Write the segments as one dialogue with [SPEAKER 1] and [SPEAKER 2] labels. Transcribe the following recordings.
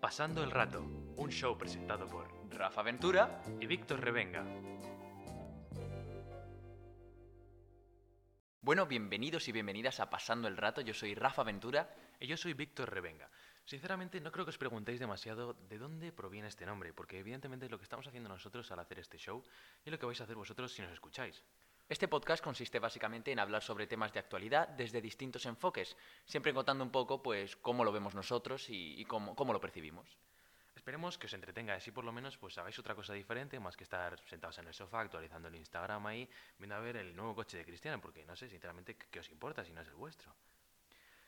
[SPEAKER 1] Pasando el Rato, un show presentado por Rafa Ventura y Víctor Revenga.
[SPEAKER 2] Bueno, bienvenidos y bienvenidas a Pasando el Rato. Yo soy Rafa Ventura.
[SPEAKER 1] Y Eh, yo soy Víctor Revenga. Sinceramente, no creo que os preguntéis demasiado de dónde proviene este nombre, porque evidentemente es lo que estamos haciendo nosotros al hacer este show y lo que vais a hacer vosotros si nos escucháis.
[SPEAKER 2] Este podcast consiste básicamente en hablar sobre temas de actualidad desde distintos enfoques, siempre contando un poco pues cómo lo vemos nosotros y, y cómo, cómo lo percibimos.
[SPEAKER 1] Esperemos que os entretenga, así por lo menos pues hagáis otra cosa diferente, más que estar sentados en el sofá actualizando el Instagram ahí, viendo a ver el nuevo coche de Cristiano, porque no sé sinceramente qué- qué os importa si no es el vuestro.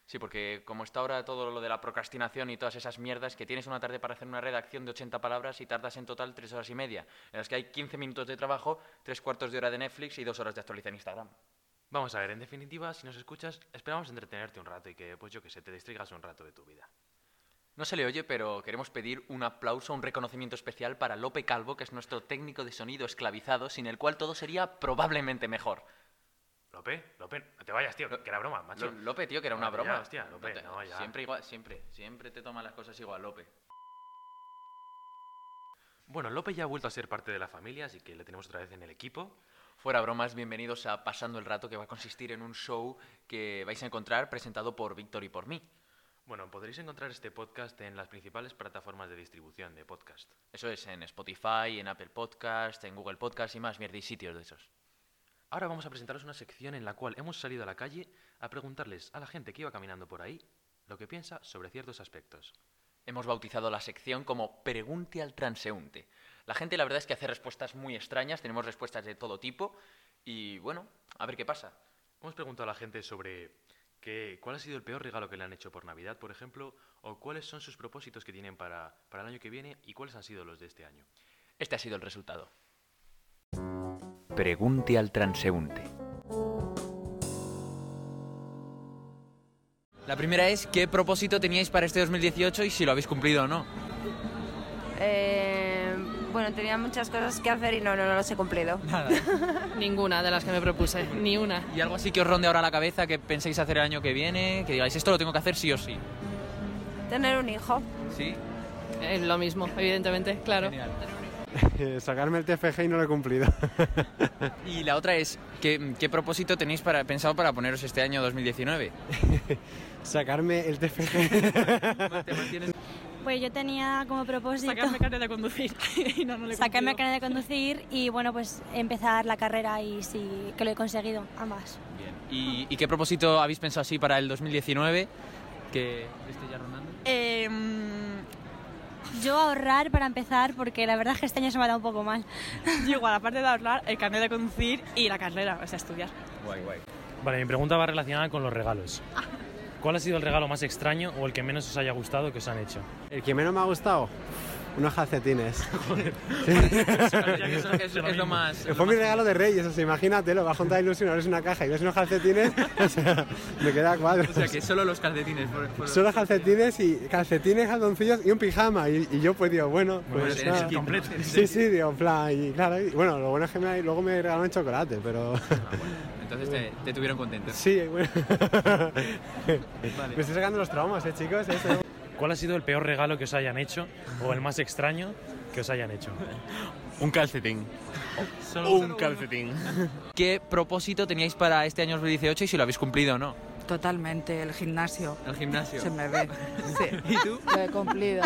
[SPEAKER 2] Sí, porque como está ahora todo lo de la procrastinación y todas esas mierdas, que tienes una tarde para hacer una redacción de 80 palabras y tardas en total 3 horas y media, en las que hay 15 minutos de trabajo, 3 cuartos de hora de Netflix y 2 horas de actualizar en Instagram.
[SPEAKER 1] Vamos a ver, en definitiva, si nos escuchas, esperamos entretenerte un rato y que, pues yo que sé, te distraigas un rato de tu vida.
[SPEAKER 2] No se le oye, pero queremos pedir un aplauso, un reconocimiento especial para Lope Calvo, que es nuestro técnico de sonido esclavizado, sin el cual todo sería probablemente mejor.
[SPEAKER 1] Lope, Lope, no te vayas, tío, que era broma, macho.
[SPEAKER 2] Lo- Lope, tío, que era una
[SPEAKER 1] Vale, ya,
[SPEAKER 2] broma.
[SPEAKER 1] Ah, hostia, Lope,
[SPEAKER 2] te-
[SPEAKER 1] no, ya.
[SPEAKER 2] Siempre igual, siempre, siempre te toman las cosas igual, Lope.
[SPEAKER 1] Bueno, Lope ya ha vuelto a ser parte de la familia, así que le tenemos otra vez en el equipo.
[SPEAKER 2] Fuera bromas, bienvenidos a Pasando el Rato, que va a consistir en un show que vais a encontrar presentado por Víctor y por mí.
[SPEAKER 1] Bueno, podréis encontrar este podcast en las principales plataformas de distribución de podcast.
[SPEAKER 2] Eso es, en Spotify, en Apple Podcast, en Google Podcast y más mierda y sitios de esos.
[SPEAKER 1] Ahora vamos a presentaros una sección en la cual hemos salido a la calle a preguntarles a la gente que iba caminando por ahí lo que piensa sobre ciertos aspectos.
[SPEAKER 2] Hemos bautizado la sección como Pregunte al transeúnte. La gente la verdad es que hace respuestas muy extrañas, tenemos respuestas de todo tipo y bueno, a ver qué pasa.
[SPEAKER 1] Hemos preguntado a la gente sobre que, cuál ha sido el peor regalo que le han hecho por Navidad, por ejemplo, o cuáles son sus propósitos que tienen para, para el año que viene y cuáles han sido los de este año.
[SPEAKER 2] Este ha sido el resultado. Pregunte al transeúnte. La primera es qué propósito teníais para este 2018 y si lo habéis cumplido o no.
[SPEAKER 3] Eh, bueno, tenía muchas cosas que hacer y no, no, no las he cumplido.
[SPEAKER 4] Nada.
[SPEAKER 5] Ninguna de las que me propuse, ni una.
[SPEAKER 4] Y algo así que os ronde ahora la cabeza, que penséis hacer el año que viene, que digáis, esto lo tengo que hacer sí o sí.
[SPEAKER 3] Tener un hijo.
[SPEAKER 4] Sí.
[SPEAKER 5] Es lo mismo, evidentemente, claro.
[SPEAKER 4] Genial.
[SPEAKER 6] Eh, Sacarme el TFG y no lo he cumplido.
[SPEAKER 4] Y la otra es, ¿qué, qué propósito tenéis para, pensado para poneros este año 2019?
[SPEAKER 6] Sacarme el TFG.
[SPEAKER 7] Pues yo tenía como propósito
[SPEAKER 5] Sacarme carnet de conducir. y no, no le he cumplido.
[SPEAKER 7] sacarme el carnet de conducir y bueno, pues empezar la carrera y sí que lo he conseguido, ambas.
[SPEAKER 4] ¿Y, y qué propósito habéis pensado así para el 2019? Que estoy ya rondando.
[SPEAKER 5] Eh, mm,
[SPEAKER 7] Yo ahorrar para empezar porque la verdad es que este año se me ha dado un poco mal.
[SPEAKER 5] yo igual, aparte de hablar, el carnet de conducir y la carrera, o sea, estudiar.
[SPEAKER 4] Guay, guay.
[SPEAKER 8] Vale, mi pregunta va relacionada con los regalos. ¿Cuál ha sido el regalo más extraño o el que menos os haya gustado que os han hecho?
[SPEAKER 6] El que menos me ha gustado, unos calcetines.
[SPEAKER 4] es, es lo más... es lo
[SPEAKER 6] Fue mi
[SPEAKER 4] más-
[SPEAKER 6] regalo de Reyes, o sea, imagínate, lo vas a juntar ilusionadores una caja y ves unos calcetines, o sea, me queda cuadro.
[SPEAKER 4] O sea, que solo los calcetines. fueron- fueron-
[SPEAKER 6] Solo calcetines y calcetines, calzoncillos y un pijama. Y, y yo pues digo, bueno, pues
[SPEAKER 4] tenéis
[SPEAKER 6] nada.
[SPEAKER 4] el kit, ¿no?
[SPEAKER 6] Sí, sí, digo, en plan, y claro, y bueno, lo bueno es que me, luego me regalaron chocolate, pero
[SPEAKER 4] Entonces te, te tuvieron contento.
[SPEAKER 6] sí, bueno. Me estoy sacando los traumas, eh, chicos, esto.
[SPEAKER 8] ¿Cuál ha sido el peor regalo que os hayan hecho o el más extraño que os hayan hecho?
[SPEAKER 9] Un calcetín. un calcetín.
[SPEAKER 4] ¿Qué propósito teníais para este año 2018 y si lo habéis cumplido o no?
[SPEAKER 10] Totalmente, el gimnasio.
[SPEAKER 4] El gimnasio.
[SPEAKER 10] Se me ve.
[SPEAKER 4] ¿Y tú?
[SPEAKER 10] Lo he cumplido.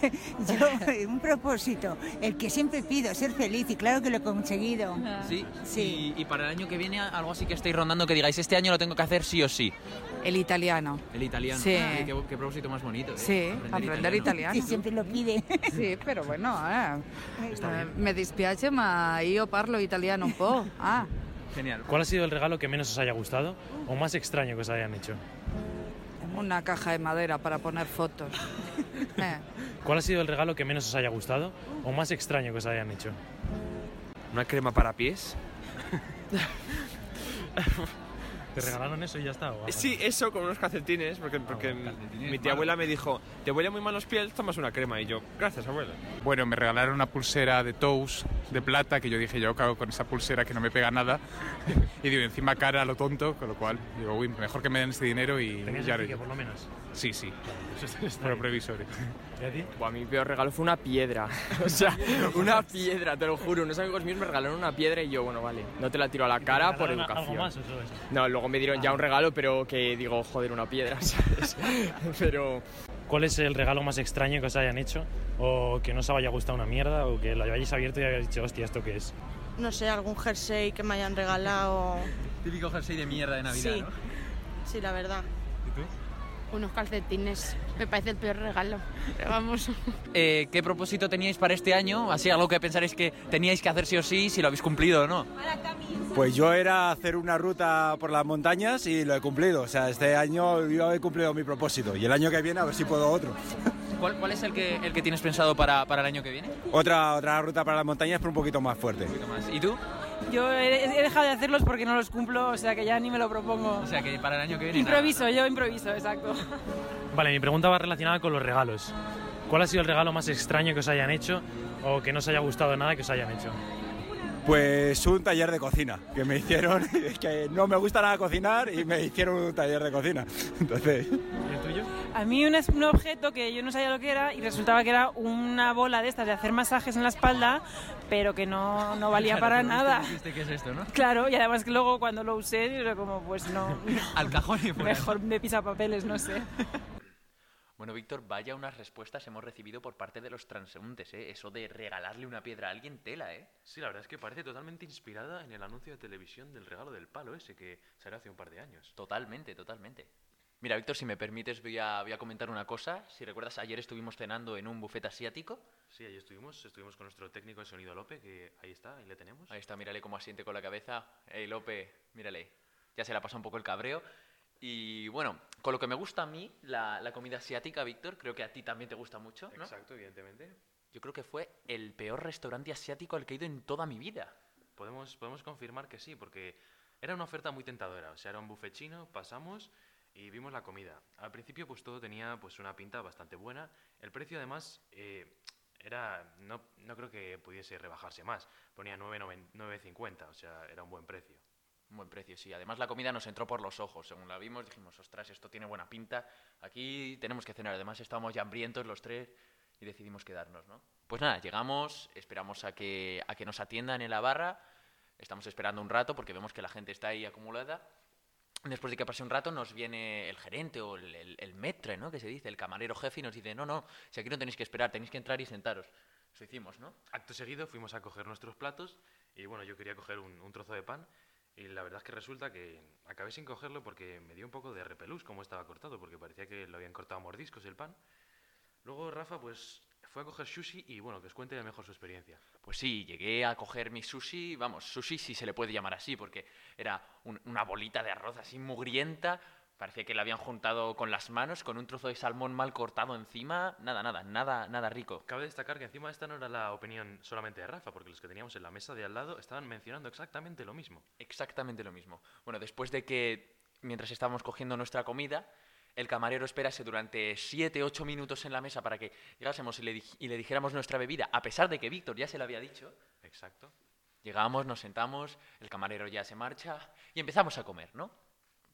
[SPEAKER 11] Yo, un propósito, el que siempre pido, ser feliz, y claro que lo he conseguido.
[SPEAKER 4] Sí.
[SPEAKER 11] Sí.
[SPEAKER 4] Y, y para el año que viene, algo así que estáis rondando que digáis, este año lo tengo que hacer sí o sí.
[SPEAKER 10] El italiano.
[SPEAKER 4] El italiano.
[SPEAKER 10] Sí.
[SPEAKER 4] Ay, qué, qué propósito más bonito. ¿eh?
[SPEAKER 10] Sí, aprender italiano.
[SPEAKER 11] Que siempre lo pide.
[SPEAKER 10] Sí, pero bueno, eh. Eh, me dispiace, ma io parlo italiano un po'. Ah.
[SPEAKER 4] Genial.
[SPEAKER 8] ¿Cuál ha sido el regalo que menos os haya gustado o más extraño que os hayan hecho?
[SPEAKER 10] Una caja de madera para poner fotos. Eh,
[SPEAKER 8] ¿Cuál ha sido el regalo que menos os haya gustado o más extraño que os hayan hecho?
[SPEAKER 9] Una crema para pies.
[SPEAKER 8] ¿Te regalaron eso y ya está? o algo?
[SPEAKER 12] Sí, eso con unos calcetines, porque,
[SPEAKER 13] Ah,
[SPEAKER 12] porque mi tía abuela me dijo, te huele muy mal los pies, tomas una crema. Y yo, gracias, abuela.
[SPEAKER 14] Bueno, me regalaron una pulsera de Tous de plata que yo dije, yo cago con esa pulsera que no me pega nada. y digo, encima cara a lo tonto, con lo cual digo, uy, mejor que me den este dinero y
[SPEAKER 8] Tenías
[SPEAKER 14] ya
[SPEAKER 8] el
[SPEAKER 14] haré
[SPEAKER 8] ticket,
[SPEAKER 14] yo".
[SPEAKER 8] por lo menos.
[SPEAKER 14] Sí, sí. Pero previsores.
[SPEAKER 13] Buah, mi peor regalo fue una piedra. O sea, una piedra, te lo juro. Unos amigos míos me regalaron una piedra y yo, bueno, vale, no te la tiro a la cara por
[SPEAKER 8] regalaron
[SPEAKER 13] educación.
[SPEAKER 8] algo más o solo eso?
[SPEAKER 13] No, luego me dieron
[SPEAKER 4] Ah.
[SPEAKER 13] ya un regalo, pero que digo, joder, una piedra, ¿sabes? Pero.
[SPEAKER 8] ¿Cuál es el regalo más extraño que os hayan hecho? ¿O que no os haya gustado una mierda? ¿O que lo hayáis abierto y hayáis dicho, hostia, ¿esto qué es?
[SPEAKER 15] No sé, algún jersey que me hayan regalado.
[SPEAKER 4] Típico jersey de mierda de Navidad,
[SPEAKER 15] Sí.
[SPEAKER 4] ¿no?
[SPEAKER 15] Sí, la verdad.
[SPEAKER 16] Unos calcetines. Me parece el peor regalo. Pero vamos.
[SPEAKER 4] Eh, ¿Qué propósito teníais para este año? Así, algo que pensaréis que teníais que hacer sí o sí, si lo habéis cumplido o no.
[SPEAKER 17] Pues yo era hacer una ruta por las montañas y lo he cumplido. O sea, este año yo he cumplido mi propósito y el año que viene a ver si puedo otro.
[SPEAKER 4] ¿Cuál, cuál es el que, el que tienes pensado para, para el año que viene?
[SPEAKER 17] Otra, otra ruta para las montañas, pero un poquito más fuerte.
[SPEAKER 4] ¿Y tú?
[SPEAKER 18] Yo he, he dejado de hacerlos porque no los cumplo, o sea que ya ni me lo propongo.
[SPEAKER 4] O sea, que para el año que viene... nada.
[SPEAKER 18] Improviso, yo improviso, exacto.
[SPEAKER 8] Vale, mi pregunta va relacionada con los regalos. ¿Cuál ha sido el regalo más extraño que os hayan hecho? ¿O que no os haya gustado nada que os hayan hecho?
[SPEAKER 17] Pues un taller de cocina que me hicieron. Es que no me gusta nada cocinar y me hicieron un taller de cocina. Entonces.
[SPEAKER 18] A mí un, es- un objeto que yo no sabía lo que era y resultaba que era una bola de estas de hacer masajes en la espalda, pero que no, no valía
[SPEAKER 4] Claro,
[SPEAKER 18] para
[SPEAKER 4] pero
[SPEAKER 18] nada.
[SPEAKER 4] dijiste, ¿Qué es esto, no?
[SPEAKER 18] Claro, y además que luego cuando lo usé, yo era como, pues no,
[SPEAKER 4] Al cajón y fuera.
[SPEAKER 18] mejor me pisa papeles, no sé.
[SPEAKER 2] Bueno, Víctor, vaya unas respuestas hemos recibido por parte de los transeúntes, ¿eh? Eso de regalarle una piedra a alguien, tela, ¿eh?
[SPEAKER 1] Sí, la verdad es que parece totalmente inspirada en el anuncio de televisión del regalo del palo ese que salió hace un par de años.
[SPEAKER 2] Totalmente, totalmente. Mira, Víctor, si me permites, voy a, voy a comentar una cosa. Si recuerdas, ayer estuvimos cenando en un buffet asiático.
[SPEAKER 1] Sí, ahí estuvimos, estuvimos con nuestro técnico de sonido Lope, que ahí está, ahí le tenemos.
[SPEAKER 2] Ahí está, mírale cómo asiente con la cabeza. Ey, Lope, mírale. Ya se le ha pasado un poco el cabreo. Y bueno, con lo que me gusta a mí, la, la comida asiática, Víctor, creo que a ti también te gusta mucho, ¿no?
[SPEAKER 1] Exacto, evidentemente.
[SPEAKER 2] Yo creo que fue el peor restaurante asiático al que he ido en toda mi vida.
[SPEAKER 1] Podemos, podemos confirmar que sí, porque era una oferta muy tentadora. O sea, era un buffet chino, pasamos y vimos la comida. Al principio, pues todo tenía pues una pinta bastante buena. El precio, además, eh, era no, no creo que pudiese rebajarse más. Ponía 9,90 9,50, o sea, era un buen precio.
[SPEAKER 2] Un buen precio, sí. Además, la comida nos entró por los ojos. Según la vimos, dijimos, ostras, esto tiene buena pinta. Aquí tenemos que cenar. Además, estábamos ya hambrientos los tres y decidimos quedarnos, ¿no? Pues nada, llegamos, esperamos a que, a que nos atiendan en la barra. Estamos esperando un rato porque vemos que la gente está ahí acumulada. Después de que pase un rato nos viene el gerente o el, el, el metre, ¿no? Que se dice, el camarero jefe y nos dice, no, no, si aquí no tenéis que esperar, tenéis que entrar y sentaros. Eso hicimos, ¿no?
[SPEAKER 1] Acto seguido fuimos a coger nuestros platos y bueno, yo quería coger un, un trozo de pan y la verdad es que resulta que acabé sin cogerlo porque me dio un poco de repelús como estaba cortado, porque parecía que lo habían cortado a mordiscos el pan. Luego Rafa pues fue a coger sushi y bueno, que os cuente mejor su experiencia.
[SPEAKER 2] Pues sí, llegué a coger mi sushi, vamos, sushi si se le puede llamar así, porque era un- una bolita de arroz así mugrienta, parecía que la habían juntado con las manos, con un trozo de salmón mal cortado encima, nada, nada, nada, nada rico.
[SPEAKER 1] Cabe destacar que encima esta no era la opinión solamente de Rafa, porque los que teníamos en la mesa de al lado estaban mencionando exactamente lo mismo.
[SPEAKER 2] Exactamente lo mismo. Bueno, después de que, mientras estábamos cogiendo nuestra comida, el camarero esperase durante 7, 8 minutos en la mesa para que llegásemos y le, dij- y le dijéramos nuestra bebida, a pesar de que Víctor ya se la había dicho.
[SPEAKER 1] Exacto.
[SPEAKER 2] Llegamos, nos sentamos, el camarero ya se marcha y empezamos a comer, ¿no?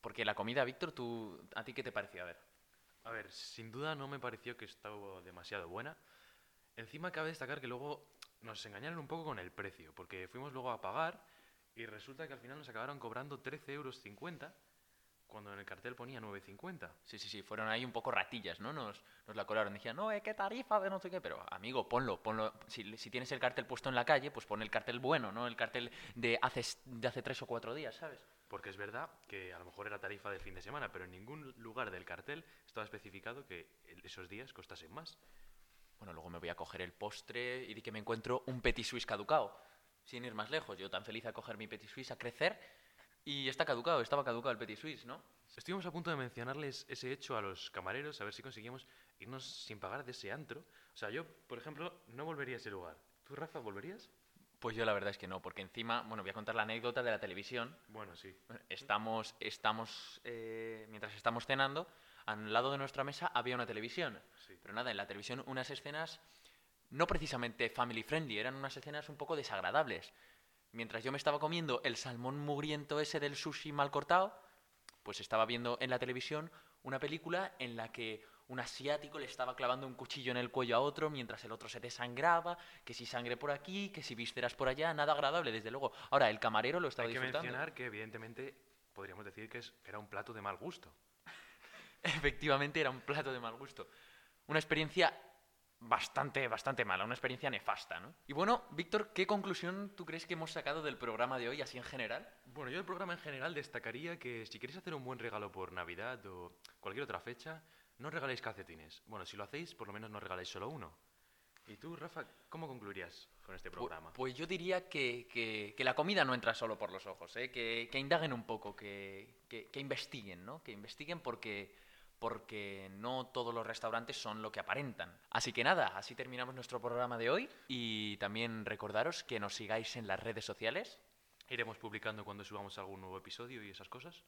[SPEAKER 2] Porque la comida, Víctor, tú, ¿a ti qué te pareció? A ver.
[SPEAKER 1] A ver, sin duda no me pareció que estaba demasiado buena. Encima cabe destacar que luego nos engañaron un poco con el precio, porque fuimos luego a pagar y resulta que al final nos acabaron cobrando 13,50 euros cuando en el cartel ponía 9,50.
[SPEAKER 2] Sí, sí, sí, fueron ahí un poco ratillas, ¿no? Nos, nos la colaron, dijeron, no, eh, qué tarifa de no sé qué, pero amigo, ponlo, ponlo. Si, si tienes el cartel puesto en la calle, pues pon el cartel bueno, ¿no? El cartel de hace, s- de hace tres o cuatro días, ¿sabes?
[SPEAKER 1] Porque es verdad que a lo mejor era tarifa del fin de semana, pero en ningún lugar del cartel estaba especificado que el- esos días costasen más.
[SPEAKER 2] Bueno, luego me voy a coger el postre y di que me encuentro un petit suisse caducado. Sin ir más lejos, yo tan feliz a coger mi petit suisse, a crecer, y está caducado, estaba caducado el petit suisse, ¿no?
[SPEAKER 1] Estuvimos a punto de mencionarles ese hecho a los camareros, a ver si conseguimos irnos sin pagar de ese antro. O sea, yo, por ejemplo, no volvería a ese lugar. ¿Tú, Rafa, volverías?
[SPEAKER 2] Pues yo la verdad es que no, porque encima, bueno, voy a contar la anécdota de la televisión.
[SPEAKER 1] Bueno, sí.
[SPEAKER 2] Estamos, estamos, eh, mientras estamos cenando, al lado de nuestra mesa había una televisión. Pero nada, en la televisión unas escenas no precisamente family friendly, eran unas escenas un poco desagradables. Mientras yo me estaba comiendo el salmón mugriento ese del sushi mal cortado, pues estaba viendo en la televisión una película en la que un asiático le estaba clavando un cuchillo en el cuello a otro mientras el otro se desangraba, que si sangre por aquí, que si vísceras por allá, nada agradable, desde luego. Ahora, el camarero lo estaba
[SPEAKER 1] Hay que
[SPEAKER 2] disfrutando.
[SPEAKER 1] mencionar que, evidentemente, podríamos decir que es- era un plato de mal gusto.
[SPEAKER 2] Efectivamente, era un plato de mal gusto. Una experiencia bastante, bastante mala, una experiencia nefasta, ¿no? Y bueno, Víctor, ¿qué conclusión tú crees que hemos sacado del programa de hoy, así en general?
[SPEAKER 1] Bueno, yo el programa en general destacaría que si queréis hacer un buen regalo por Navidad o cualquier otra fecha, no regaléis calcetines. Bueno, si lo hacéis, por lo menos no regaléis solo uno. ¿Y tú, Rafa, cómo concluirías con este programa?
[SPEAKER 2] Pues yo diría que, que- que la comida no entra solo por los ojos, ¿eh? que, que indaguen un poco, que, que- que investiguen, ¿no? Que investiguen porque, porque no todos los restaurantes son lo que aparentan. Así que nada, así terminamos nuestro programa de hoy y también recordaros que nos sigáis en las redes sociales.
[SPEAKER 1] Iremos publicando cuando subamos algún nuevo episodio y esas cosas.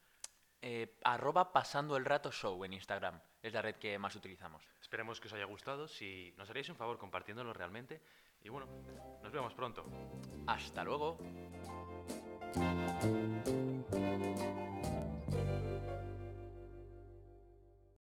[SPEAKER 2] eh, arroba pasando el rato show en Instagram, es la red que más utilizamos.
[SPEAKER 1] Esperemos que os haya gustado. Si nos haríais un favor compartiéndolo realmente. Y bueno, nos vemos pronto.
[SPEAKER 2] Hasta luego.